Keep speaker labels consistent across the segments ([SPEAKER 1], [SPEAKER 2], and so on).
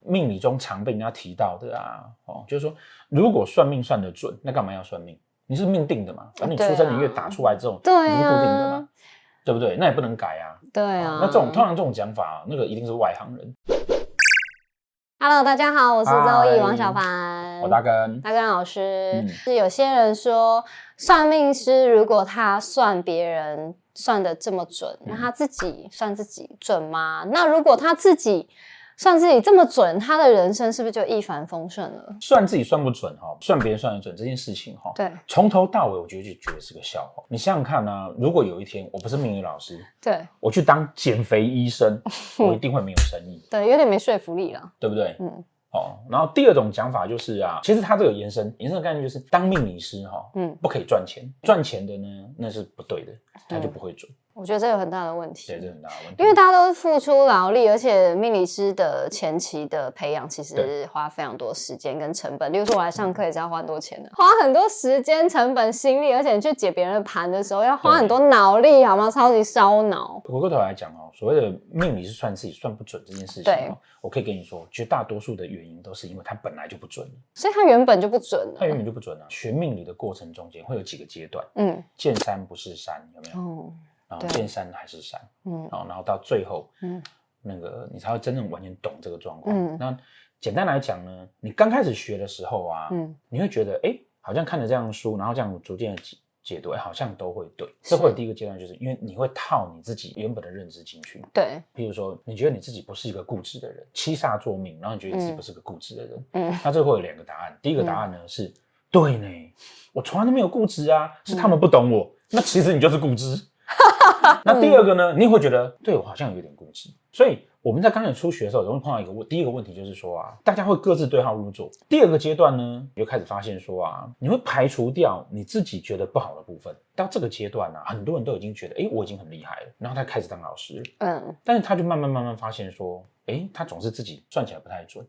[SPEAKER 1] 命理中常被人家提到的啊，哦，就是说如果算命算得准，那干嘛要算命？你是命定的嘛，反正你出生年月打出来这种，
[SPEAKER 2] 哦啊对啊
[SPEAKER 1] 你是固定的嘛，对不对？那也不能改啊。
[SPEAKER 2] 对啊。
[SPEAKER 1] 那这种通常这种讲法、啊，那个一定是外行人。
[SPEAKER 2] Hello，大家好，我是周
[SPEAKER 1] 嗨
[SPEAKER 2] 易王小凡，
[SPEAKER 1] 哦我大根，
[SPEAKER 2] 大根老师。
[SPEAKER 1] 嗯
[SPEAKER 2] 是有些人说，算命师如果他算别人算的这么准，
[SPEAKER 1] 嗯
[SPEAKER 2] 那他自己算自己准吗？那如果他自己算自己这么准，他的人生是不是就一帆风顺了？
[SPEAKER 1] 算自己算不准哈、哦，算别人算得准这件事情哈、哦，
[SPEAKER 2] 对
[SPEAKER 1] 从头到尾我觉得就觉得是个笑话。你想想看啊，如果有一天我不是命理老师，
[SPEAKER 2] 对
[SPEAKER 1] 我去当减肥医 生，我一定会没有生意，
[SPEAKER 2] 对，有点没说服力了。
[SPEAKER 1] 对不对？
[SPEAKER 2] 嗯
[SPEAKER 1] 哦，然后第二种讲法就是啊，其实它这个延伸延伸的概念就是，当命理师哈、
[SPEAKER 2] 嗯，
[SPEAKER 1] 不可以赚钱，赚钱的呢那是不对的，他就不会准，
[SPEAKER 2] 我觉得这有很大的问题
[SPEAKER 1] 这。也是很大的问题。
[SPEAKER 2] 因为大家都是付出劳力，而且命理师的前期的培养其
[SPEAKER 1] 对
[SPEAKER 2] 实花非常多时间跟成本。例如说，我来上课也是要花很多钱的，花很多时间、成本、心力，而且你去解别人的盘的时候要花
[SPEAKER 1] 对
[SPEAKER 2] 很多脑力，好吗？超级烧脑。
[SPEAKER 1] 回过头来讲哦，所谓的命理是算自己算不准这件事情、
[SPEAKER 2] 对
[SPEAKER 1] 哦，我可以跟你说，绝大多数的原因都是因为它本来就不准，
[SPEAKER 2] 所以它原本就不准
[SPEAKER 1] 它原
[SPEAKER 2] 了。
[SPEAKER 1] 本就不准啊。学命理的过程中间会有几个阶段，
[SPEAKER 2] 嗯，
[SPEAKER 1] 见山不是山，有没有？
[SPEAKER 2] 哦，
[SPEAKER 1] 然后
[SPEAKER 2] 对
[SPEAKER 1] 见山还是山，
[SPEAKER 2] 嗯
[SPEAKER 1] 哦，然后到最后，
[SPEAKER 2] 嗯
[SPEAKER 1] 那个你才会真正完全懂这个状况。
[SPEAKER 2] 嗯
[SPEAKER 1] 那简单来讲呢，你刚开始学的时候啊，
[SPEAKER 2] 嗯，
[SPEAKER 1] 你会觉得哎，诶好像看着这样的书，然后这样逐渐的解解读，哎，好像都会对。
[SPEAKER 2] 是
[SPEAKER 1] 这会有第一个阶段，就是因为你会套你自己原本的认知进去。
[SPEAKER 2] 对，
[SPEAKER 1] 譬如说，你觉得你自己不是一个固执的人，七煞作命，然后你觉得你自己
[SPEAKER 2] 嗯
[SPEAKER 1] 不是个固执的人，
[SPEAKER 2] 嗯
[SPEAKER 1] 那这会有两个答案。第一个答案呢是，对呢，我从来都没有固执啊，是他们不懂我。那其实你就是固执。那第二个呢，你也会觉得对我好像有点固执。所以我们在刚开始初学的时候，容易碰到一个问，第一个问题就是说啊，大家会各自对号入座。第二个阶段呢，你就开始发现说啊，你会排除掉你自己觉得不好的部分。到这个阶段呢、啊，很多人都已经觉得，哎，我已经很厉害了，然后他开始当老师了。
[SPEAKER 2] 嗯，
[SPEAKER 1] 但是他就慢慢慢慢发现说，诶，他总是自己算起来不太准，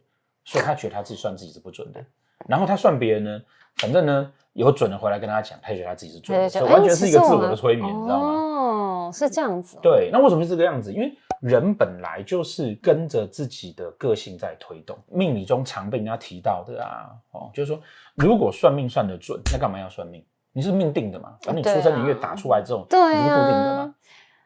[SPEAKER 1] 所以他觉得他自己算自己是不准的。然后他算别人呢，反正呢有准的回来跟他讲，他也觉得他自己是准的，所以
[SPEAKER 2] 哎
[SPEAKER 1] 完全是一个自我的催眠，你知道吗？
[SPEAKER 2] 吗？哦，是这样子哦。
[SPEAKER 1] 对，那为什么是这个样子？因为人本来就是跟着自己的个性在推动。命理中常被人家提到的啊，哦，就是说，如果算命算得准，那干嘛要算命？你是命定的嘛，反正你出生年月打出来这种，
[SPEAKER 2] 对啊
[SPEAKER 1] 你是固定的嘛，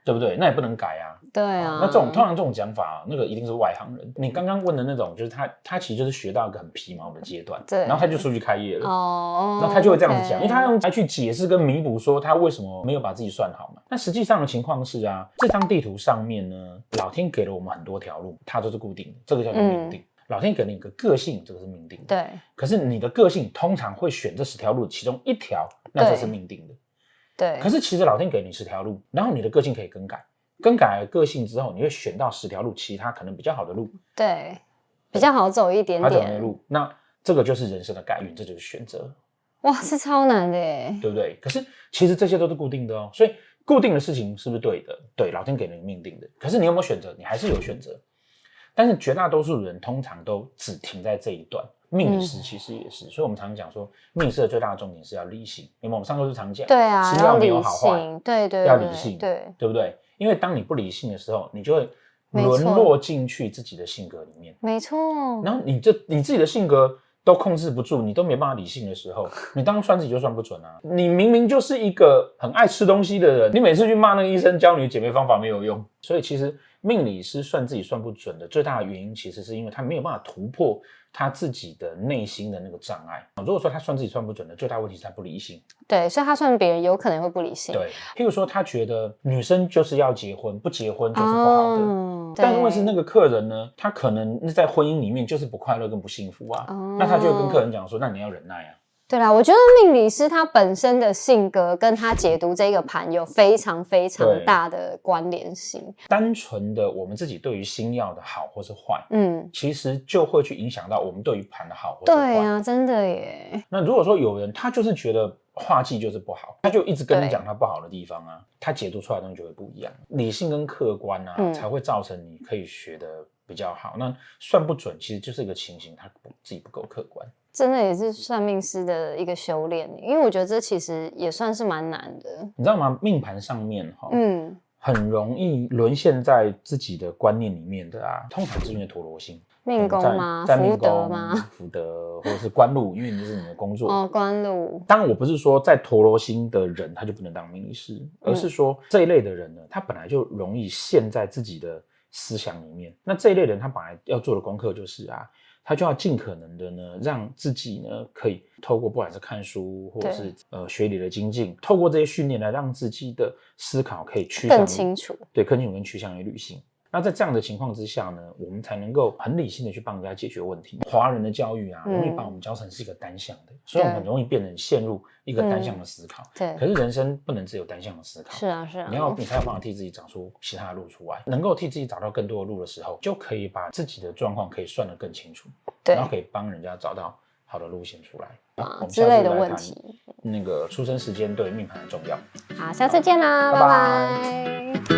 [SPEAKER 1] 对不对？那也不能改啊。
[SPEAKER 2] 对啊，
[SPEAKER 1] 那这种通常这种讲法、那个一定是外行人。你刚刚问的那种，就是他他其实就是学到一个很皮毛的阶段，
[SPEAKER 2] 对
[SPEAKER 1] 然后他就出去开业了。
[SPEAKER 2] 哦，
[SPEAKER 1] 那他就会这样子讲，因为
[SPEAKER 2] OK
[SPEAKER 1] 他用来去解释跟弥补说他为什么没有把自己算好嘛。那实际上的情况是啊，这张地图上面呢，老天给了我们很多条路，它都是固定的，这个叫做命定。老天给了你一个个性，这个是命定的。
[SPEAKER 2] 嗯对
[SPEAKER 1] 可是你的个性通常会选这十条路其中一条，那这是命定的。
[SPEAKER 2] 对，
[SPEAKER 1] 可是其实老天给你十条路，然后你的个性可以更改，更改了个性之后，你会选到十条路，其他可能比较好的路，
[SPEAKER 2] 对比较好走一点
[SPEAKER 1] 好走的
[SPEAKER 2] 点。
[SPEAKER 1] 路。那这个就是人生的概率，这就是选择，
[SPEAKER 2] 哇，是超难的耶！
[SPEAKER 1] 对不对？可是其实这些都是固定的哦，所以固定的事情是不是对的？对，老天给了你命定的。可是你有没有选择？你还是有选择，但是绝大多数人通常都只停在这一段。命理师
[SPEAKER 2] 嗯
[SPEAKER 1] 其实也是，所以我们常讲说，命理师的最大的重点是要理性，因为我们上周就常讲，
[SPEAKER 2] 对啊，
[SPEAKER 1] 吃药
[SPEAKER 2] 要
[SPEAKER 1] 没
[SPEAKER 2] 理
[SPEAKER 1] 有好坏，
[SPEAKER 2] 性，对对对，
[SPEAKER 1] 要理性
[SPEAKER 2] 对，
[SPEAKER 1] 对不对？因为当你不理性的时候，你就会
[SPEAKER 2] 没错
[SPEAKER 1] 沦落进去自己的性格里面，
[SPEAKER 2] 没错，
[SPEAKER 1] 然后你这你自己的性格都控制不住，你都没办法理性的时候，你当然算自己就算不准啊！你明明就是一个很爱吃东西的人，你每次去骂那个医生教你的减肥方法没有用，所以其实命理师算自己算不准的最大的原因，其实是因为他没有办法突破他自己的内心的那个障碍。如果说他算自己算不准的最大问题是他不理性。
[SPEAKER 2] 对，所以他算别人有可能会不理性，
[SPEAKER 1] 对，譬如说他觉得女生就是要结婚，不结婚就是不好的。
[SPEAKER 2] 哦
[SPEAKER 1] 但是问题是
[SPEAKER 2] 对
[SPEAKER 1] 那个客人呢，他可能在婚姻里面就是不快乐跟不幸福啊，
[SPEAKER 2] 哦
[SPEAKER 1] 那他就会跟客人讲说，那你要忍耐啊。
[SPEAKER 2] 对啦，我觉得命理师他本身的性格跟他解读这个盘有非常非
[SPEAKER 1] 对
[SPEAKER 2] 常大的关联性，
[SPEAKER 1] 单纯的我们自己对于新药的好或是坏，
[SPEAKER 2] 嗯，
[SPEAKER 1] 其实就会去影响到我们对于盘的好或是坏。
[SPEAKER 2] 对啊，真的耶，
[SPEAKER 1] 那如果说有人他就是觉得化剂就是不好，他就一直跟你
[SPEAKER 2] 对
[SPEAKER 1] 讲他不好的地方啊，他解读出来的东西就会不一样。理性跟客观啊，
[SPEAKER 2] 嗯
[SPEAKER 1] 才会造成你可以学的比较好。那算不准，其实就是一个情形，他不自己不够客观。
[SPEAKER 2] 真的也是算命师的一个修炼耶，因为我觉得这其实也算是蛮难的，
[SPEAKER 1] 你知道吗？命盘上面哈、
[SPEAKER 2] 嗯，
[SPEAKER 1] 很容易沦陷在自己的观念里面的啊，通常是因为陀罗星，
[SPEAKER 2] 命宫吗？
[SPEAKER 1] 嗯在在
[SPEAKER 2] 福
[SPEAKER 1] 命
[SPEAKER 2] 德
[SPEAKER 1] 宫
[SPEAKER 2] 吗？、
[SPEAKER 1] 福德或者是官禄，因为你是你的工作。
[SPEAKER 2] 哦，官禄。
[SPEAKER 1] 当然，我不是说在陀罗星的人他就不能当命理师，
[SPEAKER 2] 嗯
[SPEAKER 1] 而是说这一类的人呢，他本来就容易陷在自己的思想里面。那这一类人，他本来要做的功课就是啊，他就要尽可能的呢，让自己呢可以透过不管是看书或者
[SPEAKER 2] 对
[SPEAKER 1] 是呃学理的精进，透过这些训练来让自己的思考可以趋向
[SPEAKER 2] 更
[SPEAKER 1] 于
[SPEAKER 2] 清楚，
[SPEAKER 1] 对更清楚跟趋向于理性。那在这样的情况之下呢，我们才能够很理性的去帮人家解决问题。华人的教育啊，
[SPEAKER 2] 嗯
[SPEAKER 1] 容易把我们教成是一个单向的，所以我们很容易变成陷入一个单向的思考。
[SPEAKER 2] 嗯对
[SPEAKER 1] 可，是人生不能只有单向的思考，
[SPEAKER 2] 是啊，是啊
[SPEAKER 1] 你，要你才有办法替自己找出其他的路出来，能够替自己找到更多的路的时候，就可以把自己的状况可以算得更清楚，
[SPEAKER 2] 对
[SPEAKER 1] 然后可以帮人家找到好的路线出来。好我
[SPEAKER 2] 啊
[SPEAKER 1] 们
[SPEAKER 2] 之
[SPEAKER 1] 下次
[SPEAKER 2] 类的
[SPEAKER 1] 来
[SPEAKER 2] 问
[SPEAKER 1] 谈
[SPEAKER 2] 题。
[SPEAKER 1] 那个出生时间对命盘的重要。
[SPEAKER 2] 好，下次见啦，
[SPEAKER 1] 拜
[SPEAKER 2] 拜